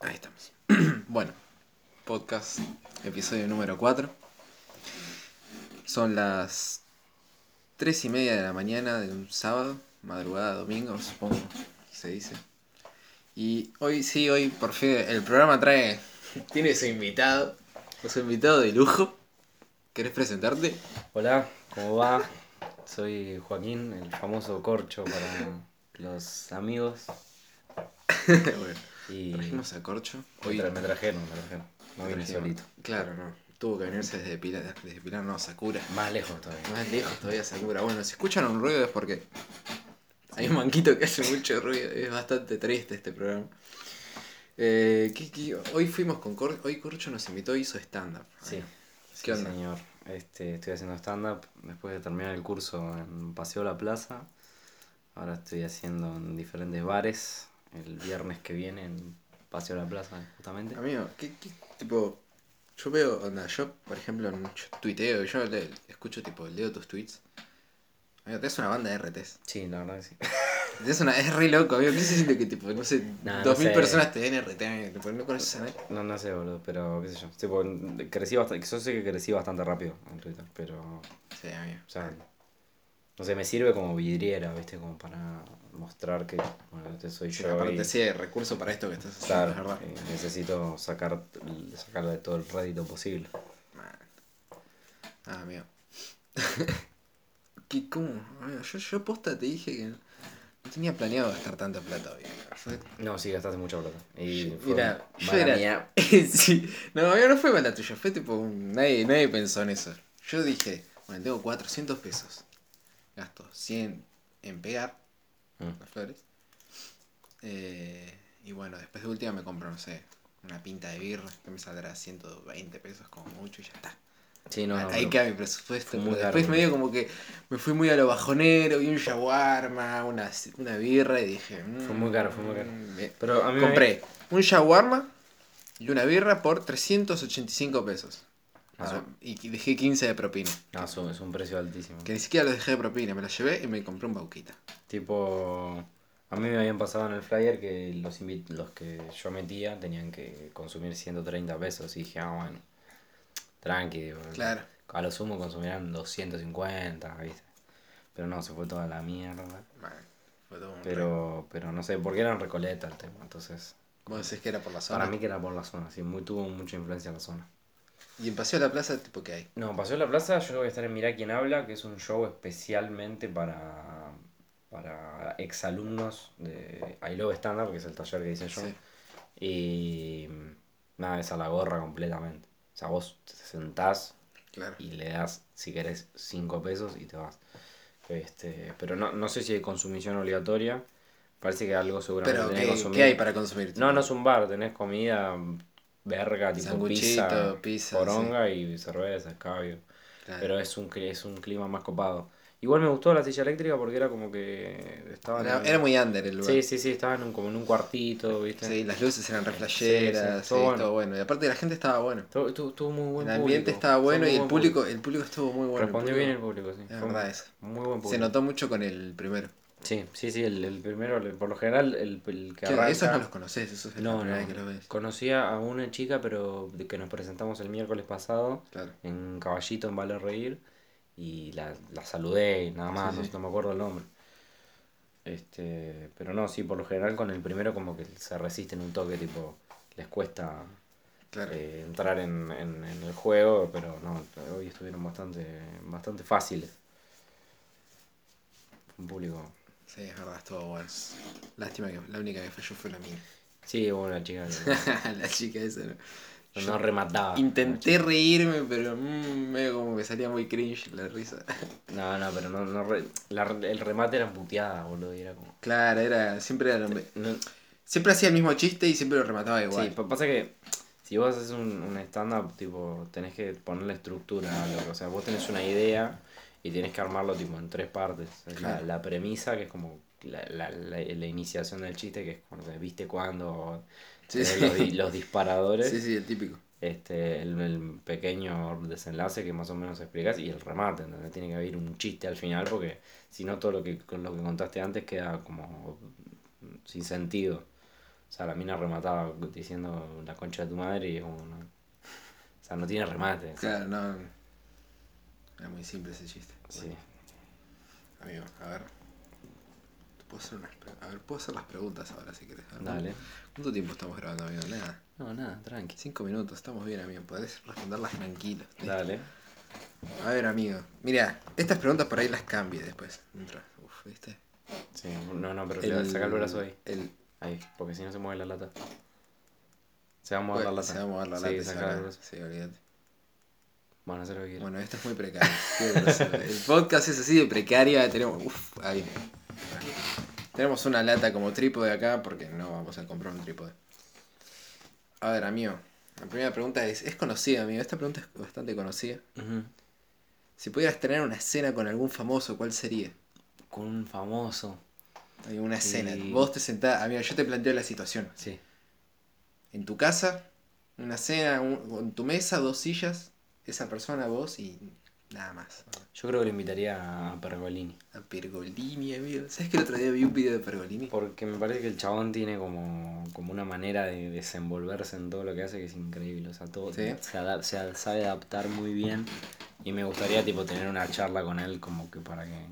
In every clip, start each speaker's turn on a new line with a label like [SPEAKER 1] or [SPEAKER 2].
[SPEAKER 1] Ahí estamos. bueno, podcast, episodio número 4. Son las 3 y media de la mañana de un sábado, madrugada, domingo, supongo, que se dice. Y hoy sí, hoy por fin el programa trae, tiene su invitado, su invitado de lujo. ¿Querés presentarte?
[SPEAKER 2] Hola, ¿cómo va? Soy Joaquín, el famoso corcho para los amigos.
[SPEAKER 1] bueno,
[SPEAKER 2] Y
[SPEAKER 1] trajimos a Corcho.
[SPEAKER 2] me
[SPEAKER 1] Hoy
[SPEAKER 2] tra- me trajeron, me trajeron. No vine solito.
[SPEAKER 1] Claro, no. Tuvo que venirse desde Pilar, desde Pilar no, Sakura.
[SPEAKER 2] Más lejos todavía.
[SPEAKER 1] Más lejos todavía Sakura. Bueno, si escuchan un ruido es porque hay un manquito que hace mucho ruido. Es bastante triste este programa. Eh, ¿qué- qué- hoy fuimos con Corcho. Hoy Corcho nos invitó y hizo stand-up.
[SPEAKER 2] Sí.
[SPEAKER 1] ¿Qué
[SPEAKER 2] sí,
[SPEAKER 1] onda?
[SPEAKER 2] señor. Este, estoy haciendo stand-up después de terminar el curso en Paseo La Plaza. Ahora estoy haciendo en diferentes bares. El viernes que viene en Paseo La Plaza, justamente.
[SPEAKER 1] Amigo, ¿qué, qué tipo? Yo veo, onda, yo por ejemplo en- yo tuiteo, yo le- escucho tipo, leo tus tweets. Amigo, tenés una banda de RTs.
[SPEAKER 2] Sí, la verdad que sí.
[SPEAKER 1] Tenés una, es re loco, amigo. ¿Qué se siente que tipo, no sé,
[SPEAKER 2] No, no
[SPEAKER 1] dos mil
[SPEAKER 2] sé.
[SPEAKER 1] personas te den RT, amigo? Tipo, no conoces a nadie.
[SPEAKER 2] No, no sé, boludo, pero qué sé yo. Tipo, crecí bastante, yo sé que crecí bastante rápido en Twitter, pero
[SPEAKER 1] Sí, amigo.
[SPEAKER 2] O sea, no sé, me sirve como vidriera, ¿viste? Como para mostrar que, bueno, este soy
[SPEAKER 1] Sí,
[SPEAKER 2] yo.
[SPEAKER 1] aparte
[SPEAKER 2] y,
[SPEAKER 1] sí hay recursos para esto que estás haciendo,
[SPEAKER 2] claro,
[SPEAKER 1] es verdad.
[SPEAKER 2] eh, necesito sacar, sacarle todo el rédito posible.
[SPEAKER 1] Man. Ah, amigo. ¿Qué, ¿Cómo? Amigo, yo, yo posta te dije que no no tenía planeado gastar tanta plata hoy. amigo.
[SPEAKER 2] No, sí, gastaste mucha plata. Y fue
[SPEAKER 1] Mira, yo
[SPEAKER 2] mala
[SPEAKER 1] era.
[SPEAKER 2] mía.
[SPEAKER 1] sí. No, amigo, no fue mala tuya, fue tipo. un- Nadie, nadie pensó en eso. Yo dije, bueno, tengo 400 pesos. Gasto 100 en pegar
[SPEAKER 2] Mm.
[SPEAKER 1] las flores. Eh, y bueno, después de última me compro, no sé, una pinta de birra que me saldrá 120 pesos como mucho y ya está.
[SPEAKER 2] Sí, no, no,
[SPEAKER 1] Ahí
[SPEAKER 2] pero
[SPEAKER 1] queda mi presupuesto.
[SPEAKER 2] fue muy
[SPEAKER 1] porque
[SPEAKER 2] caro,
[SPEAKER 1] después
[SPEAKER 2] boludo.
[SPEAKER 1] medio como que me fui muy a lo bajonero, vi un shawarma, una, una birra y dije...
[SPEAKER 2] Fue
[SPEAKER 1] mm,
[SPEAKER 2] muy caro, fue muy caro.
[SPEAKER 1] me-
[SPEAKER 2] Pero a mí me-
[SPEAKER 1] Compré un shawarma y una birra por 385 pesos.
[SPEAKER 2] Ah,
[SPEAKER 1] Ah, y dejé 15 de propina.
[SPEAKER 2] No, es un, es un precio altísimo.
[SPEAKER 1] Que ni siquiera los dejé de propina, me los llevé y me compré un bauquita.
[SPEAKER 2] Tipo, a mí me habían pasado en el flyer que los, invi- los que yo metía tenían que consumir 130 pesos. Y dije, ah, bueno, tranqui. digo,
[SPEAKER 1] Claro.
[SPEAKER 2] A lo sumo consumirán 250, ¿viste? Pero no, se fue toda la mierda.
[SPEAKER 1] Man, fue todo un re-
[SPEAKER 2] Pero, pero no sé, porque era en Recoleta el tema. Entonces,
[SPEAKER 1] Vos decís que era por la zona.
[SPEAKER 2] para mí que era por la zona, sí, muy, tuvo mucha influencia la zona.
[SPEAKER 1] Y en Paseo de la Plaza, tipo, ¿qué hay?
[SPEAKER 2] No, Paseo de la Plaza, yo voy a estar en Mirá Quién Habla, que es un show especialmente para, para exalumnos de I Love Stand Up, que es el taller que hice yo.
[SPEAKER 1] Sí.
[SPEAKER 2] Y nada, es a la gorra completamente. O sea, vos te sentás
[SPEAKER 1] Claro.
[SPEAKER 2] y le das, si querés, 5 pesos y te vas. Este, pero no, no sé si hay consumición obligatoria. Parece que algo seguramente
[SPEAKER 1] Pero,
[SPEAKER 2] tenés que
[SPEAKER 1] ¿qué,
[SPEAKER 2] consumir.
[SPEAKER 1] qué hay para consumir?
[SPEAKER 2] No, no es un bar, tenés comida verga, tipo
[SPEAKER 1] Sanguchito,
[SPEAKER 2] pizza,
[SPEAKER 1] pizza,
[SPEAKER 2] poronga y cerveza, escabio.
[SPEAKER 1] Claro.
[SPEAKER 2] Pero es un, cli- es un clima más copado. Igual me gustó la silla eléctrica porque era como que estaba en
[SPEAKER 1] Era,
[SPEAKER 2] un-
[SPEAKER 1] era muy under el lugar.
[SPEAKER 2] Sí, sí, sí, estaba en un- como en un cuartito, ¿viste?
[SPEAKER 1] Sí, las luces eran re
[SPEAKER 2] Sí,
[SPEAKER 1] flasheras,
[SPEAKER 2] sí,
[SPEAKER 1] sí,
[SPEAKER 2] todo bueno.
[SPEAKER 1] todo bueno. Y aparte la gente estaba buena.
[SPEAKER 2] Estuvo, estuvo- estuvo muy
[SPEAKER 1] El
[SPEAKER 2] buen público.
[SPEAKER 1] ambiente estaba
[SPEAKER 2] Fue
[SPEAKER 1] bueno
[SPEAKER 2] muy
[SPEAKER 1] y el
[SPEAKER 2] buen
[SPEAKER 1] público, el público estuvo muy bueno. el
[SPEAKER 2] Respondió
[SPEAKER 1] público-
[SPEAKER 2] bien el público, sí. Fue
[SPEAKER 1] verdad
[SPEAKER 2] un-
[SPEAKER 1] eso.
[SPEAKER 2] Muy buen público.
[SPEAKER 1] Se notó mucho con el primero.
[SPEAKER 2] Sí, sí, sí, el, el primero, el- por lo general, el, el que
[SPEAKER 1] Claro,
[SPEAKER 2] arranca...
[SPEAKER 1] esos no los conoces, esos es la
[SPEAKER 2] No,
[SPEAKER 1] primera vez
[SPEAKER 2] no.
[SPEAKER 1] que los ves.
[SPEAKER 2] Conocía a una chica, pero de que nos presentamos el miércoles pasado
[SPEAKER 1] Claro.
[SPEAKER 2] en Caballito, en Vale Reír, y la, la saludé, y nada más,
[SPEAKER 1] Sí,
[SPEAKER 2] no,
[SPEAKER 1] sí.
[SPEAKER 2] no me acuerdo el nombre. Este, pero no, sí, por lo general con el primero como que se resisten un toque, tipo, les cuesta
[SPEAKER 1] Claro.
[SPEAKER 2] eh, entrar en, en- en el juego, pero no, hoy estuvieron bastante, bastante fáciles. Un público.
[SPEAKER 1] Sí, es verdad, estuvo bueno. Lástima que la única que falló fue la mía.
[SPEAKER 2] Sí, hubo una chica que
[SPEAKER 1] la chica esa. ¿no?
[SPEAKER 2] no,
[SPEAKER 1] Yo
[SPEAKER 2] no remataba.
[SPEAKER 1] Intenté reírme, pero mm, medio como que salía muy cringe la risa.
[SPEAKER 2] No, no, pero no, no re- la- el remate era puteada, boludo, y era como.
[SPEAKER 1] claro, era siempre era lo me-
[SPEAKER 2] no-
[SPEAKER 1] siempre hacía el mismo chiste y siempre lo remataba
[SPEAKER 2] Sí,
[SPEAKER 1] igual.
[SPEAKER 2] pa- pasa que si vos haces un, un stand-up, tipo, tenés que ponerle estructura a lo que- O sea, vos tenés una idea y tenés que armarlo, tipo, en tres partes. Es la-
[SPEAKER 1] Claro.
[SPEAKER 2] La, premisa, que es como la, la- la- la iniciación del chiste, que es cuando te viste cuando, o
[SPEAKER 1] Sí,
[SPEAKER 2] tenés
[SPEAKER 1] sí.
[SPEAKER 2] Los, di- los disparadores,
[SPEAKER 1] sí, sí, el típico.
[SPEAKER 2] Este, el, el pequeño desenlace que más o menos explicas y el remate, ¿entendés? Tiene que haber un chiste al final porque si no todo lo que, con lo que contaste antes queda como sin sentido. O sea, la mina remataba diciendo la concha de tu madre y es como, no. O sea, no tiene remate.
[SPEAKER 1] Claro, no. Era muy simple ese chiste.
[SPEAKER 2] Sí.
[SPEAKER 1] Amigo, a ver. Te puedo hacer unas pre- A ver, puedo hacer las preguntas ahora si querés. A ver,
[SPEAKER 2] Dale.
[SPEAKER 1] ¿Cuánto tiempo estamos grabando, amigo? Nada.
[SPEAKER 2] No, nada, tranqui.
[SPEAKER 1] Cinco minutos, estamos bien, amigo. Podés responderlas tranquilo.
[SPEAKER 2] Dale.
[SPEAKER 1] A ver, amigo. Mira, estas preguntas por ahí las cambie después. Entra. Uf, ¿viste?
[SPEAKER 2] Sí, no, no, pero le voy a sacar el brazo ahí.
[SPEAKER 1] El,
[SPEAKER 2] Ahí, porque si no se mueve la lata. Se va a mover la lata.
[SPEAKER 1] Se va a mover la
[SPEAKER 2] Sí,
[SPEAKER 1] lata. y se
[SPEAKER 2] saca
[SPEAKER 1] va a-
[SPEAKER 2] el brazo.
[SPEAKER 1] Sí, olvídate.
[SPEAKER 2] Bueno, hacer lo que quieras.
[SPEAKER 1] Bueno, esto es muy precario. Qué grosero. el podcast es así de precaria. Tenemos. Uf, ahí. Tenemos una lata como trípode acá porque no vamos a comprar un trípode. A ver, amigo. La primera pregunta es. Es conocida, amigo. Esta pregunta es bastante conocida.
[SPEAKER 2] Ujú.
[SPEAKER 1] Si pudieras tener una escena con algún famoso, ¿cuál sería?
[SPEAKER 2] Con un famoso.
[SPEAKER 1] Hay una escena.
[SPEAKER 2] Y-
[SPEAKER 1] Vos te sentás. Amigo, yo te planteo la situación.
[SPEAKER 2] Sí.
[SPEAKER 1] En tu casa, una cena, un- en tu mesa, dos sillas. Esa persona, vos y nada más.
[SPEAKER 2] Yo creo que le invitaría a Pergolini.
[SPEAKER 1] A Pergolini, amigo. ¿Sabes que el otro día vi un video de Pergolini?
[SPEAKER 2] Porque me parece que el chabón tiene como, como una manera de desenvolverse en todo lo que hace que es increíble. O sea, todo
[SPEAKER 1] Sí.
[SPEAKER 2] se, adap- se ad- sabe adaptar muy bien. Y me gustaría tipo tener una charla con él como que para que,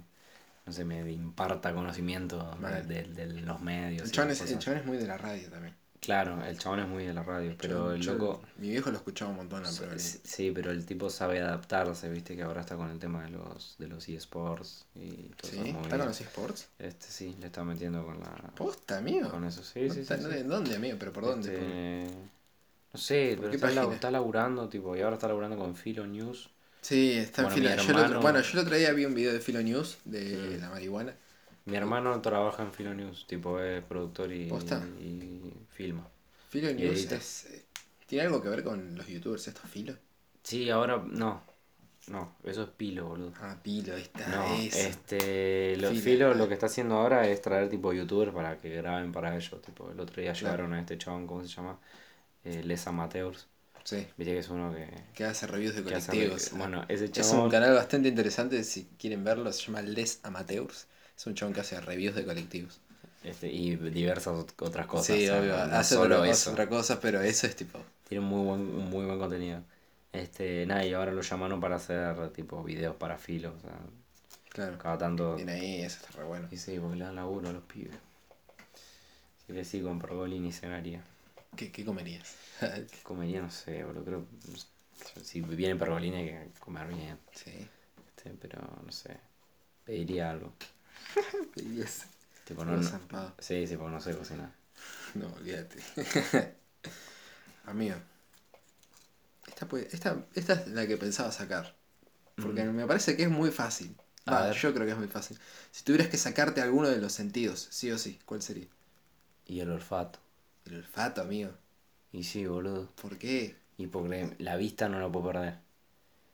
[SPEAKER 2] no sé, me imparta conocimiento
[SPEAKER 1] Vale.
[SPEAKER 2] de, de- de los medios.
[SPEAKER 1] El
[SPEAKER 2] y
[SPEAKER 1] chabón,
[SPEAKER 2] las
[SPEAKER 1] es, el
[SPEAKER 2] cosas.
[SPEAKER 1] chabón es muy de la radio también.
[SPEAKER 2] Claro, el chabón es muy de la radio, pero
[SPEAKER 1] Yo-
[SPEAKER 2] el
[SPEAKER 1] yo-
[SPEAKER 2] loco...
[SPEAKER 1] Mi viejo lo escuchaba un montón a Pergolini.
[SPEAKER 2] Sí, sí, pero el tipo sabe adaptarse, viste que ahora está con el tema de los de los eSports y todo
[SPEAKER 1] ¿Sí? ¿Está con los eSports?
[SPEAKER 2] Este sí, le está metiendo con la
[SPEAKER 1] ¿Posta, amigo?
[SPEAKER 2] con eso. Sí,
[SPEAKER 1] No
[SPEAKER 2] sí, sí.
[SPEAKER 1] está-
[SPEAKER 2] sí.
[SPEAKER 1] no sé ¿En dónde, amigo? ¿Pero por dónde?
[SPEAKER 2] Este,
[SPEAKER 1] Por-
[SPEAKER 2] No sé, pero
[SPEAKER 1] qué
[SPEAKER 2] está, lau-
[SPEAKER 1] página?
[SPEAKER 2] está laburando, tipo, y ahora está laburando con Filo News.
[SPEAKER 1] Sí, está en
[SPEAKER 2] Bueno,
[SPEAKER 1] fila.
[SPEAKER 2] mi
[SPEAKER 1] Yo el otro-
[SPEAKER 2] hermano-
[SPEAKER 1] bueno, yo el otro día vi un video de Filo News de la marihuana.
[SPEAKER 2] Mi hermano trabaja en Filo News, tipo, es productor y,
[SPEAKER 1] ¿Posta?
[SPEAKER 2] y filma.
[SPEAKER 1] Filo News
[SPEAKER 2] edita.
[SPEAKER 1] es, eh, ¿Tiene algo que ver con los youtubers estos filos?
[SPEAKER 2] Sí, ahora no. No, eso es Pilo, boludo.
[SPEAKER 1] Ah, pilo, ahí está.
[SPEAKER 2] No,
[SPEAKER 1] eso.
[SPEAKER 2] este, los
[SPEAKER 1] Filo. eh.
[SPEAKER 2] Filo lo que está haciendo ahora es traer tipo youtubers para que graben para ellos, tipo, el otro día
[SPEAKER 1] Claro.
[SPEAKER 2] llevaron a este chabón, ¿cómo se llama? Eh, Les Amateurs.
[SPEAKER 1] Sí,
[SPEAKER 2] Viste que es uno que
[SPEAKER 1] que hace reviews de
[SPEAKER 2] que hace-
[SPEAKER 1] colectivos.
[SPEAKER 2] Bueno, ese
[SPEAKER 1] es
[SPEAKER 2] chabón.
[SPEAKER 1] un canal bastante interesante, si quieren verlo, se llama Les Amateurs. Es un chabón que hace reviews de colectivos.
[SPEAKER 2] este, y diversas ot- otras cosas. o
[SPEAKER 1] sí,
[SPEAKER 2] sea,
[SPEAKER 1] obvio,
[SPEAKER 2] no- no
[SPEAKER 1] hace
[SPEAKER 2] solo
[SPEAKER 1] otra cosa,
[SPEAKER 2] eso.
[SPEAKER 1] otra cosa, pero eso es tipo...
[SPEAKER 2] Tiene muy buen, un muy buen contenido. Este, nada, y ahora lo llamaron para hacer tipo videos para filo. O sea,
[SPEAKER 1] Claro.
[SPEAKER 2] cada tanto.
[SPEAKER 1] Bien ahí, eso está re bueno.
[SPEAKER 2] Y sí, porque le dan laburo a los pibes. Así que sí, con Pergolini cenaría.
[SPEAKER 1] ¿Qué, qué comerías?
[SPEAKER 2] Comería, no sé, boludo. Creo. Si viene Pergolini hay que comer bien.
[SPEAKER 1] sí.
[SPEAKER 2] este, pero no sé. Pediría algo.
[SPEAKER 1] Pedirías
[SPEAKER 2] Tipo, no,
[SPEAKER 1] algo
[SPEAKER 2] no-
[SPEAKER 1] zampado.
[SPEAKER 2] Sí, sí, porque no sé cocinar.
[SPEAKER 1] No, olvídate. Amigo. Esta, puede- esta, esta es la que pensaba sacar. Porque me parece que es muy fácil.
[SPEAKER 2] Mm. A
[SPEAKER 1] Va,
[SPEAKER 2] ver.
[SPEAKER 1] yo creo que es muy fácil. Si tuvieras que sacarte alguno de los sentidos, sí o sí, ¿cuál sería?
[SPEAKER 2] Y el olfato.
[SPEAKER 1] El olfato, amigo.
[SPEAKER 2] Y sí, boludo.
[SPEAKER 1] ¿Por qué?
[SPEAKER 2] Y porque la vista no la puedo perder.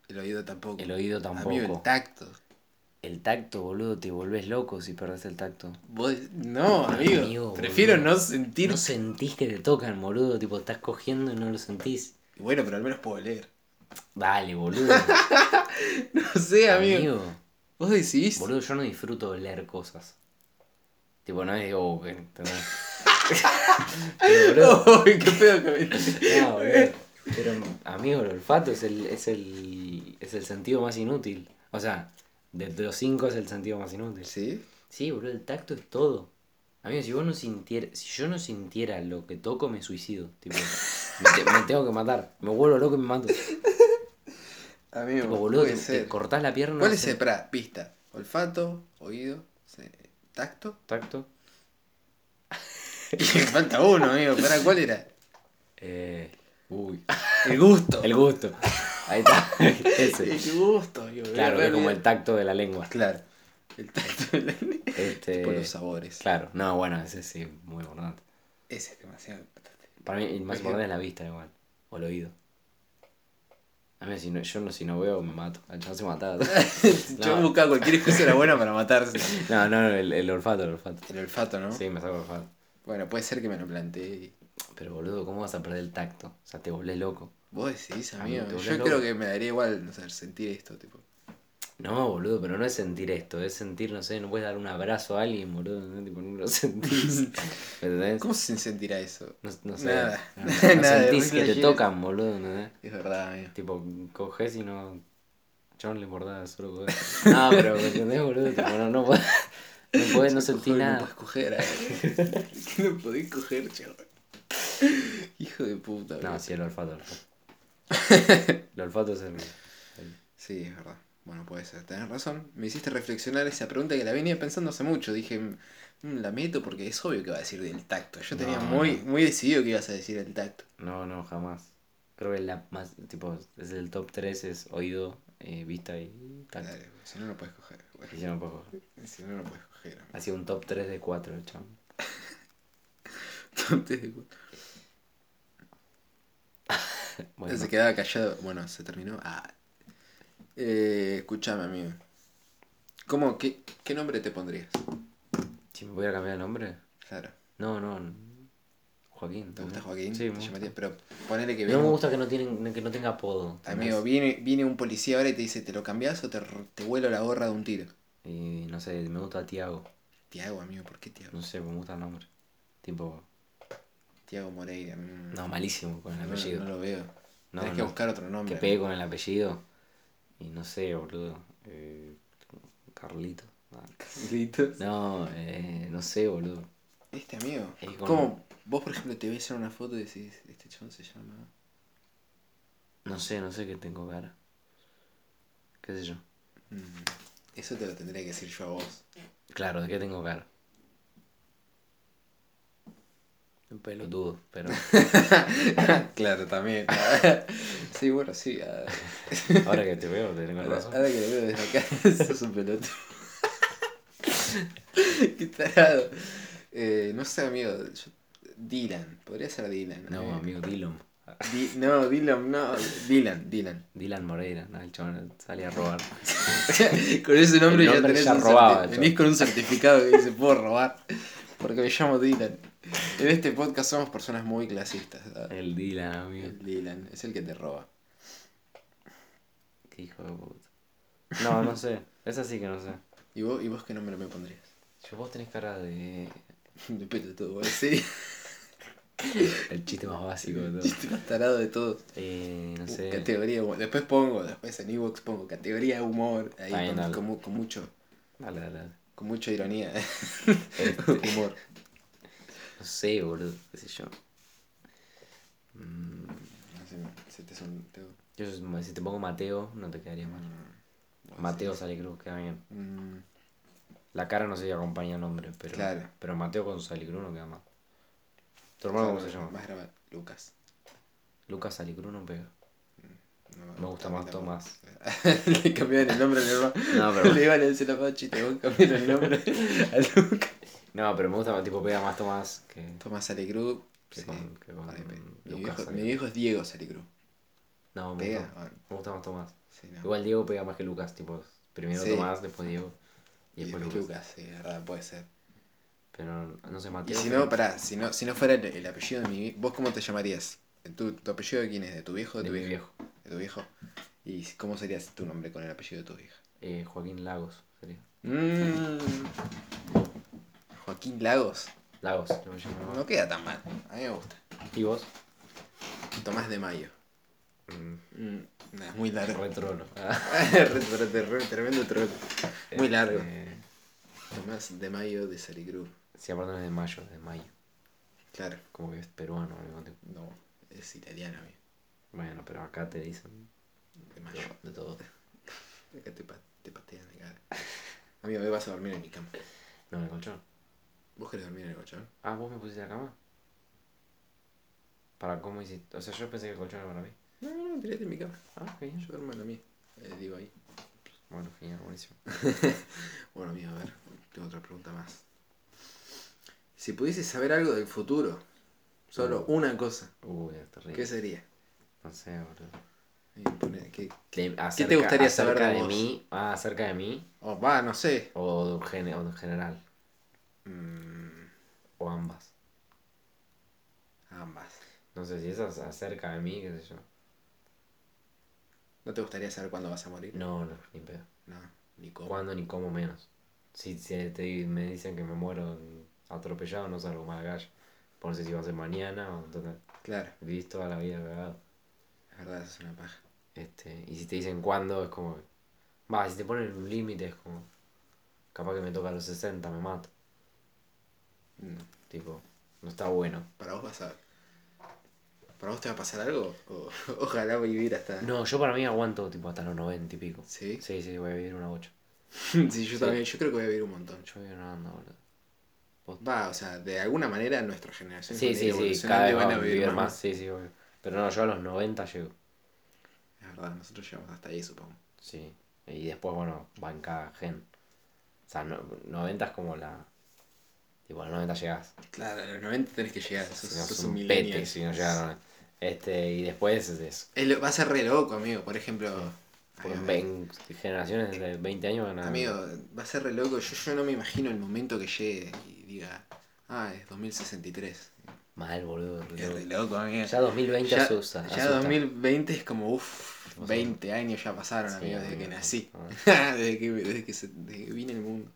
[SPEAKER 1] El oído tampoco.
[SPEAKER 2] El oído
[SPEAKER 1] Amigo,
[SPEAKER 2] tampoco.
[SPEAKER 1] el tacto.
[SPEAKER 2] El tacto, boludo, te volvés loco si perdés el tacto.
[SPEAKER 1] Vos- No, amigo.
[SPEAKER 2] Amigo,
[SPEAKER 1] prefiero
[SPEAKER 2] boludo.
[SPEAKER 1] no sentir.
[SPEAKER 2] No sentís que te tocan, boludo, tipo, estás cogiendo y no lo sentís.
[SPEAKER 1] Bueno, pero al menos puedo leer.
[SPEAKER 2] Dale, boludo.
[SPEAKER 1] No sé, amigo.
[SPEAKER 2] amigo.
[SPEAKER 1] Vos decidís.
[SPEAKER 2] Boludo, yo no disfruto de leer cosas. Tipo, no es digo, oh, que- ¿entendés? Pero, boludo,
[SPEAKER 1] Uy, qué pedo que me-
[SPEAKER 2] no, boludo. Pero, amigo, el olfato es el, es el, es el sentido más inútil. O sea, de de los cinco es el sentido más inútil.
[SPEAKER 1] ¿Sí?
[SPEAKER 2] Sí, boludo, el tacto es todo. Amigo, si vos no sintiera, si yo no sintiera lo que toco, me suicido. Tipo, me, te- me tengo que matar. Me vuelvo loco y me mato.
[SPEAKER 1] Amigo,
[SPEAKER 2] Tipo, boludo,
[SPEAKER 1] puede
[SPEAKER 2] te, te
[SPEAKER 1] ser.
[SPEAKER 2] cortás la pierna.
[SPEAKER 1] ¿Cuál
[SPEAKER 2] no
[SPEAKER 1] es
[SPEAKER 2] sé.
[SPEAKER 1] el pará, pista? Olfato, oído, se- tacto.
[SPEAKER 2] tacto?
[SPEAKER 1] Y me falta uno, amigo. Pará, ¿cuál era?
[SPEAKER 2] Eh, uy.
[SPEAKER 1] El gusto.
[SPEAKER 2] El gusto. Ahí está. Ese.
[SPEAKER 1] El gusto, amigo.
[SPEAKER 2] Claro, que
[SPEAKER 1] Era
[SPEAKER 2] es como
[SPEAKER 1] realidad.
[SPEAKER 2] el tacto de la lengua.
[SPEAKER 1] Claro. El tacto de la lengua.
[SPEAKER 2] Este,
[SPEAKER 1] Por los sabores.
[SPEAKER 2] claro, no, bueno, ese sí, muy importante.
[SPEAKER 1] Ese es demasiado importante.
[SPEAKER 2] Para mí el más importante es la vista igual. O el oído. A mí si no, yo no, si no veo me mato. Yo se matado.
[SPEAKER 1] Yo buscaba cualquier excusa era buena para matarse.
[SPEAKER 2] No, no, el, el olfato, el olfato.
[SPEAKER 1] El olfato, ¿no?
[SPEAKER 2] Sí, me saco el olfato.
[SPEAKER 1] Bueno, puede ser que me lo planteé. y-
[SPEAKER 2] Pero boludo, ¿cómo vas a perder el tacto? O sea, te volvés loco.
[SPEAKER 1] Vos decidís,
[SPEAKER 2] Amigo,
[SPEAKER 1] amigo.
[SPEAKER 2] te volvés
[SPEAKER 1] Yo
[SPEAKER 2] loco.
[SPEAKER 1] creo que me daría igual, no sé, sentir esto, tipo.
[SPEAKER 2] No, boludo, pero no es sentir esto, es sentir, no sé, no puedes dar un abrazo a alguien, boludo, no, Tipo, no lo sentís. ¿Entendés?
[SPEAKER 1] ¿Cómo se sentirá eso?
[SPEAKER 2] No, no sé.
[SPEAKER 1] Nada.
[SPEAKER 2] No, no
[SPEAKER 1] Nada,
[SPEAKER 2] sentís
[SPEAKER 1] vos
[SPEAKER 2] que te
[SPEAKER 1] flashés.
[SPEAKER 2] tocan, boludo, ¿entendés?
[SPEAKER 1] Es verdad, amigo.
[SPEAKER 2] Tipo, coges y no. Yo no le mordaba solo coger. No, pero ¿me entendés, boludo? Tipo, no, no podés. No podés, no sentí
[SPEAKER 1] Joder,
[SPEAKER 2] nada.
[SPEAKER 1] No podés coger, eh. ¿Qué no podés coger, chaval? Hijo de puta,
[SPEAKER 2] No,
[SPEAKER 1] boludo.
[SPEAKER 2] sí, el olfato. El olfato, El olfato es el. el-
[SPEAKER 1] Sí, es verdad. Bueno, puede ser, tenés razón. Me hiciste reflexionar esa pregunta que la venía pensando hace mucho. Dije, "Mm, la meto porque es obvio que va a decir del tacto. Yo tenía
[SPEAKER 2] No,
[SPEAKER 1] muy, muy decidido que ibas a decir el tacto.
[SPEAKER 2] No, no, jamás. Creo que la más. Tipo, es el top 3: es oído, eh, vista y tacto.
[SPEAKER 1] Dale, pues, si no, no puedes coger. güey.
[SPEAKER 2] Y yo no puedo coger.
[SPEAKER 1] Eh, Si no, no puedes coger. amigo.
[SPEAKER 2] Hacía un top 3 de 4, chabón.
[SPEAKER 1] Entonces, güey,
[SPEAKER 2] Bueno,
[SPEAKER 1] se quedaba callado. Bueno, se terminó. Ah. Eh, escuchame, amigo. ¿Cómo? Qué, ¿Qué nombre te pondrías?
[SPEAKER 2] si me voy a cambiar el nombre.
[SPEAKER 1] Claro.
[SPEAKER 2] No, no. n- Joaquín.
[SPEAKER 1] ¿Te
[SPEAKER 2] ¿no?
[SPEAKER 1] gusta Joaquín?
[SPEAKER 2] Mm. Sí,
[SPEAKER 1] Te
[SPEAKER 2] me
[SPEAKER 1] llamaría-
[SPEAKER 2] gusta.
[SPEAKER 1] Pero ponele que
[SPEAKER 2] No me
[SPEAKER 1] venga-
[SPEAKER 2] gusta que no, tienen, que no tenga apodo.
[SPEAKER 1] Amigo, viene, viene un policía ahora y te dice, ¿te lo cambiás o te, r- te vuelo la gorra de un tiro?
[SPEAKER 2] Y no sé, me gusta Tiago.
[SPEAKER 1] Tiago, amigo, ¿por qué Tiago?
[SPEAKER 2] No sé, me gusta el nombre. Tipo,
[SPEAKER 1] Tiago Moreira. mm,
[SPEAKER 2] no, malísimo con el
[SPEAKER 1] no,
[SPEAKER 2] apellido.
[SPEAKER 1] no lo veo.
[SPEAKER 2] No,
[SPEAKER 1] Tenés que
[SPEAKER 2] no.
[SPEAKER 1] buscar otro nombre.
[SPEAKER 2] que pegue con el apellido. Y no sé, boludo. Eh, Carlito. Ah, No, eh, no sé, boludo.
[SPEAKER 1] Este amigo.
[SPEAKER 2] Es con-
[SPEAKER 1] ¿Cómo? Vos, por ejemplo, te ves en una foto y decís, este chabón se llama...
[SPEAKER 2] No sé, no sé qué tengo cara. ¿Qué sé yo?
[SPEAKER 1] Mm, Eso te lo tendría que decir yo a vos.
[SPEAKER 2] Claro, ¿de qué tengo cara? Un pelotudo, pero. Ah,
[SPEAKER 1] claro, también. sí, bueno, sí. ah,
[SPEAKER 2] Ahora que te veo, te tengo
[SPEAKER 1] Ahora,
[SPEAKER 2] razón.
[SPEAKER 1] ahora que lo veo desde acá, sos un pelotudo. Qué tarado. Eh, no sé, amigo. yo- Dylan, podría ser Dylan. eh.
[SPEAKER 2] No, amigo, Dylan.
[SPEAKER 1] Di- no, Dylan, no. Dylan, Dylan.
[SPEAKER 2] Dylan Moreira, no, el chabón salía a robar.
[SPEAKER 1] con ese nombre,
[SPEAKER 2] El
[SPEAKER 1] ya
[SPEAKER 2] nombre
[SPEAKER 1] tenés
[SPEAKER 2] ya
[SPEAKER 1] un
[SPEAKER 2] robaba,
[SPEAKER 1] certi-
[SPEAKER 2] yo.
[SPEAKER 1] Venís con un certificado que dice, puedo robar. Porque me llamo Dylan. En este podcast somos personas muy clasistas. ¿sabes?
[SPEAKER 2] El Dylan, amigo.
[SPEAKER 1] El Dylan es el que te roba.
[SPEAKER 2] Qué hijo de puta. No, no sé. Es así que no sé.
[SPEAKER 1] ¿Y vos, ¿Y vos qué nombre me pondrías?
[SPEAKER 2] Yo, vos tenés cara de.
[SPEAKER 1] De pelotudo, ¿eh? sí.
[SPEAKER 2] El chiste más básico de todo.
[SPEAKER 1] Chiste más tarado de todos.
[SPEAKER 2] Eh, no
[SPEAKER 1] Uh,
[SPEAKER 2] sé.
[SPEAKER 1] Categoría humor. Después pongo, después en Evox pongo categoría humor. Ahí
[SPEAKER 2] Ahí
[SPEAKER 1] con,
[SPEAKER 2] dale.
[SPEAKER 1] con mu- con mucho,
[SPEAKER 2] Dale, dale, dale.
[SPEAKER 1] con mucha ironía. ¿eh?
[SPEAKER 2] Este,
[SPEAKER 1] humor.
[SPEAKER 2] no sé, boludo. ¿Qué sé yo? Mm,
[SPEAKER 1] No sé, se te son- te-
[SPEAKER 2] yo si te pongo Mateo, no te quedaría mal. Mateo Salicruz, queda bien.
[SPEAKER 1] Mm,
[SPEAKER 2] La cara no sé si acompaña el nombre, pero.
[SPEAKER 1] Claro.
[SPEAKER 2] Pero Mateo con Salicruz no queda mal. ¿Tu hermano cómo se llama?
[SPEAKER 1] Más grave. Lucas.
[SPEAKER 2] Lucas Salicruz no pega.
[SPEAKER 1] No
[SPEAKER 2] Me gusta más Tomás.
[SPEAKER 1] Le cambiaron el nombre al hermano.
[SPEAKER 2] No, pero-
[SPEAKER 1] Le iban a decir a Pachi, te voy a cambiar el nombre a Lucas.
[SPEAKER 2] No, pero me gusta, tipo, pega más Tomás que.
[SPEAKER 1] Tomás Salecru.
[SPEAKER 2] Que
[SPEAKER 1] sí.
[SPEAKER 2] con- que con
[SPEAKER 1] Ay, pe- mi,
[SPEAKER 2] Lucas
[SPEAKER 1] viejo, mi
[SPEAKER 2] Salecru.
[SPEAKER 1] viejo es Diego Salecru.
[SPEAKER 2] No, me
[SPEAKER 1] Pega.
[SPEAKER 2] gusta,
[SPEAKER 1] ah,
[SPEAKER 2] me gusta más Tomás.
[SPEAKER 1] sí, no.
[SPEAKER 2] Igual Diego pega más que Lucas, tipo, primero
[SPEAKER 1] Sí.
[SPEAKER 2] Tomás, después Diego y
[SPEAKER 1] Y
[SPEAKER 2] después
[SPEAKER 1] Lucas,
[SPEAKER 2] Lucas.
[SPEAKER 1] sí, es verdad, puede ser.
[SPEAKER 2] Pero no se
[SPEAKER 1] Y
[SPEAKER 2] Mateo.
[SPEAKER 1] si no, pará, si no, si no fuera el, el apellido de mi vie- ¿vos cómo te llamarías? ¿Tu, tu apellido de quién es? ¿De tu viejo? ¿De
[SPEAKER 2] de
[SPEAKER 1] tu
[SPEAKER 2] mi
[SPEAKER 1] viejo?
[SPEAKER 2] viejo.
[SPEAKER 1] ¿De tu viejo? ¿Y si- cómo sería tu nombre con el apellido de tu vieja?
[SPEAKER 2] Eh, Joaquín Lagos sería. Mm.
[SPEAKER 1] Joaquín Lagos.
[SPEAKER 2] Lagos, lo voy a llamar.
[SPEAKER 1] No queda tan mal. A mí me gusta.
[SPEAKER 2] ¿Y vos?
[SPEAKER 1] Tomás de Mayo.
[SPEAKER 2] Mm,
[SPEAKER 1] Nah, es muy largo.
[SPEAKER 2] retrolo. Ah,
[SPEAKER 1] Re- re- re- re- Tremendo troll. Muy largo.
[SPEAKER 2] eh,
[SPEAKER 1] Tomás de Mayo de Salicru.
[SPEAKER 2] sí, aparte no es de mayo, es de mayo.
[SPEAKER 1] Claro.
[SPEAKER 2] Como que es peruano. algo de-
[SPEAKER 1] No, es italiano, amigo.
[SPEAKER 2] Bueno, pero acá te dicen
[SPEAKER 1] De Mayo.
[SPEAKER 2] de todo.
[SPEAKER 1] Acá te, pa- te patean la cara. Amigo, me vas a dormir en mi cama.
[SPEAKER 2] No, en el colchón.
[SPEAKER 1] ¿Vos querés dormir en el colchón?
[SPEAKER 2] Ah, ¿vos me pusiste la cama? ¿Para cómo hiciste? O sea, yo pensé que el colchón era para mí.
[SPEAKER 1] No, no, no, tirate en mi cama.
[SPEAKER 2] Ah, genial.
[SPEAKER 1] Yo duermo en la mía. Eh, digo ahí.
[SPEAKER 2] Bueno, genial, buenísimo.
[SPEAKER 1] Bueno, amigo, a ver, tengo otra pregunta más. Si pudieses saber algo del futuro,
[SPEAKER 2] Mm.
[SPEAKER 1] solo una cosa,
[SPEAKER 2] Uy, es terrible.
[SPEAKER 1] ¿qué sería?
[SPEAKER 2] No sé, boludo.
[SPEAKER 1] Y pone- ¿Qué?
[SPEAKER 2] De-
[SPEAKER 1] ¿Qué te gustaría saber
[SPEAKER 2] acerca
[SPEAKER 1] de
[SPEAKER 2] de,
[SPEAKER 1] vos?
[SPEAKER 2] mí? Ah, acerca de mí.
[SPEAKER 1] Oh, va, no sé.
[SPEAKER 2] O de un gene- o de un general.
[SPEAKER 1] Mm,
[SPEAKER 2] O ambas.
[SPEAKER 1] ambas.
[SPEAKER 2] No sé si esas acerca de mí, qué sé yo.
[SPEAKER 1] ¿No te gustaría saber cuándo vas a morir?
[SPEAKER 2] No, no, ni pedo.
[SPEAKER 1] No, ni cómo.
[SPEAKER 2] ¿Cuándo ni cómo menos? Si, si te di- me dicen que me muero atropellado, no salgo más de la calle. Por no sé si va a ser mañana o entonces,
[SPEAKER 1] Claro,
[SPEAKER 2] vivís toda la vida cagado.
[SPEAKER 1] la verdad eso es una paja.
[SPEAKER 2] Este, y si te dicen cuándo, es como. Va, si te ponen un límite, es como. Capaz que me toca a los 60, me mato. Mm.
[SPEAKER 1] No.
[SPEAKER 2] Tipo, no está bueno.
[SPEAKER 1] ¿Para vos vas a... ¿Para vos te va a pasar algo? O- ojalá vivir hasta...
[SPEAKER 2] No, yo para mí aguanto tipo hasta los 90 y pico.
[SPEAKER 1] ¿Sí?
[SPEAKER 2] Sí, sí, voy a vivir una 8.
[SPEAKER 1] Mm, sí, yo también. Yo creo que voy a vivir un montón.
[SPEAKER 2] Yo voy a vivir una onda, boludo.
[SPEAKER 1] Va, o sea, de alguna manera nuestra generación
[SPEAKER 2] Sí,
[SPEAKER 1] con
[SPEAKER 2] sí,
[SPEAKER 1] ir
[SPEAKER 2] sí,
[SPEAKER 1] evolucionando
[SPEAKER 2] cada vez
[SPEAKER 1] van
[SPEAKER 2] vamos a vivir más. Sí, sí, obvio. Pero no, yo a los 90 llego.
[SPEAKER 1] Es verdad, nosotros llegamos hasta ahí, supongo.
[SPEAKER 2] Sí. Y después, bueno, banca gen. O sea, no- 90 es como la. Tipo, a los 90 llegás.
[SPEAKER 1] Claro, a los 90 tenés que llegar, sos,
[SPEAKER 2] Si no,
[SPEAKER 1] sos
[SPEAKER 2] es
[SPEAKER 1] un,
[SPEAKER 2] un
[SPEAKER 1] millennial.
[SPEAKER 2] pete si no llegaron. Este, y después es eso.
[SPEAKER 1] Es lo- va a ser re loco, amigo. Por ejemplo,
[SPEAKER 2] Por
[SPEAKER 1] ay,
[SPEAKER 2] vein- generaciones de 20 años van a.
[SPEAKER 1] amigo, va a ser re loco. Yo, yo no me imagino el momento que llegue y diga, ah, es 2063.
[SPEAKER 2] Mal, boludo.
[SPEAKER 1] Es re loco, amigo.
[SPEAKER 2] Ya 2020
[SPEAKER 1] Ya-
[SPEAKER 2] asusta.
[SPEAKER 1] ya
[SPEAKER 2] asusta.
[SPEAKER 1] 2020 es como, uff,
[SPEAKER 2] Asusta.
[SPEAKER 1] 20 años ya pasaron,
[SPEAKER 2] Sí,
[SPEAKER 1] amigo, desde que
[SPEAKER 2] amigo.
[SPEAKER 1] nací.
[SPEAKER 2] Ah.
[SPEAKER 1] desde, que, desde, que se- desde que vine al mundo.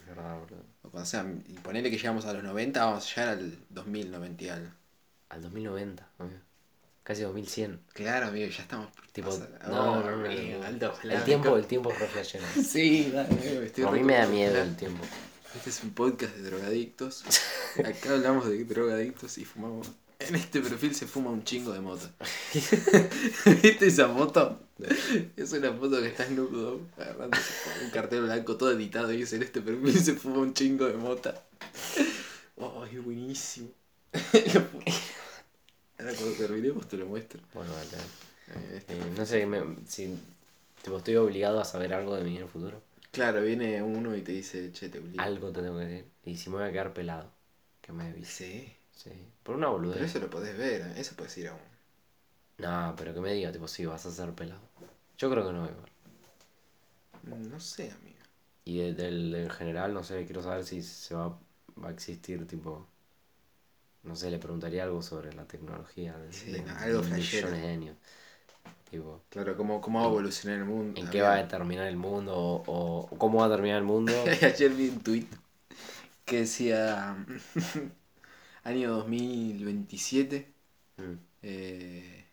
[SPEAKER 2] Es verdad, boludo.
[SPEAKER 1] O cuando sea, y ponele que llegamos a los 90, vamos a llegar al 2090 y algo.
[SPEAKER 2] Al 2090, amigo. Casi 2100.
[SPEAKER 1] Claro, amigo, ya estamos.
[SPEAKER 2] Tipo,
[SPEAKER 1] pasa-
[SPEAKER 2] no,
[SPEAKER 1] Oh,
[SPEAKER 2] no, no,
[SPEAKER 1] amigo,
[SPEAKER 2] no.
[SPEAKER 1] alto
[SPEAKER 2] El
[SPEAKER 1] flaco.
[SPEAKER 2] tiempo, el tiempo es re flashero.
[SPEAKER 1] Sí, dale, amigo, estoy
[SPEAKER 2] A mí
[SPEAKER 1] re
[SPEAKER 2] me da
[SPEAKER 1] contento.
[SPEAKER 2] miedo el tiempo.
[SPEAKER 1] Este es un podcast de drogadictos. Acá hablamos de drogadictos y fumamos. En este perfil se fuma un chingo de moto. ¿Viste esa moto? Es una foto que está Snoop Dogg agarrando un cartel blanco todo editado y dice en este perfil se fuma un chingo de mota. Oh, es buenísimo. Ahora cuando terminemos te lo muestro.
[SPEAKER 2] Bueno, vale.
[SPEAKER 1] Ahí está.
[SPEAKER 2] Eh, no sé, me- si tipo, estoy obligado a saber algo de mí en el futuro.
[SPEAKER 1] Claro, viene uno y te dice, che, te obligo.
[SPEAKER 2] Algo te tengo que decir. Y si me voy a quedar pelado, que me avise.
[SPEAKER 1] Sí.
[SPEAKER 2] Sí. Por una
[SPEAKER 1] Pero
[SPEAKER 2] boludez.
[SPEAKER 1] eso lo podés ver, ¿eh? eso puedes ir a un...
[SPEAKER 2] No, pero que me diga, tipo, sí, vas a ser pelado. Yo creo que no, igual.
[SPEAKER 1] No sé, amigo.
[SPEAKER 2] Y de- del, del general, no sé, quiero saber si se va, va a existir, tipo. No sé, le preguntaría algo sobre la tecnología de,
[SPEAKER 1] Sí,
[SPEAKER 2] de
[SPEAKER 1] no, algo flashero.
[SPEAKER 2] millones de años. Tipo,
[SPEAKER 1] Claro, ¿cómo, cómo va a evolucionar el mundo?
[SPEAKER 2] ¿en
[SPEAKER 1] amigo?
[SPEAKER 2] qué va a terminar el mundo? O, o cómo va a terminar el mundo.
[SPEAKER 1] Ayer vi un tweet que decía año 2027.
[SPEAKER 2] Mm.
[SPEAKER 1] eh,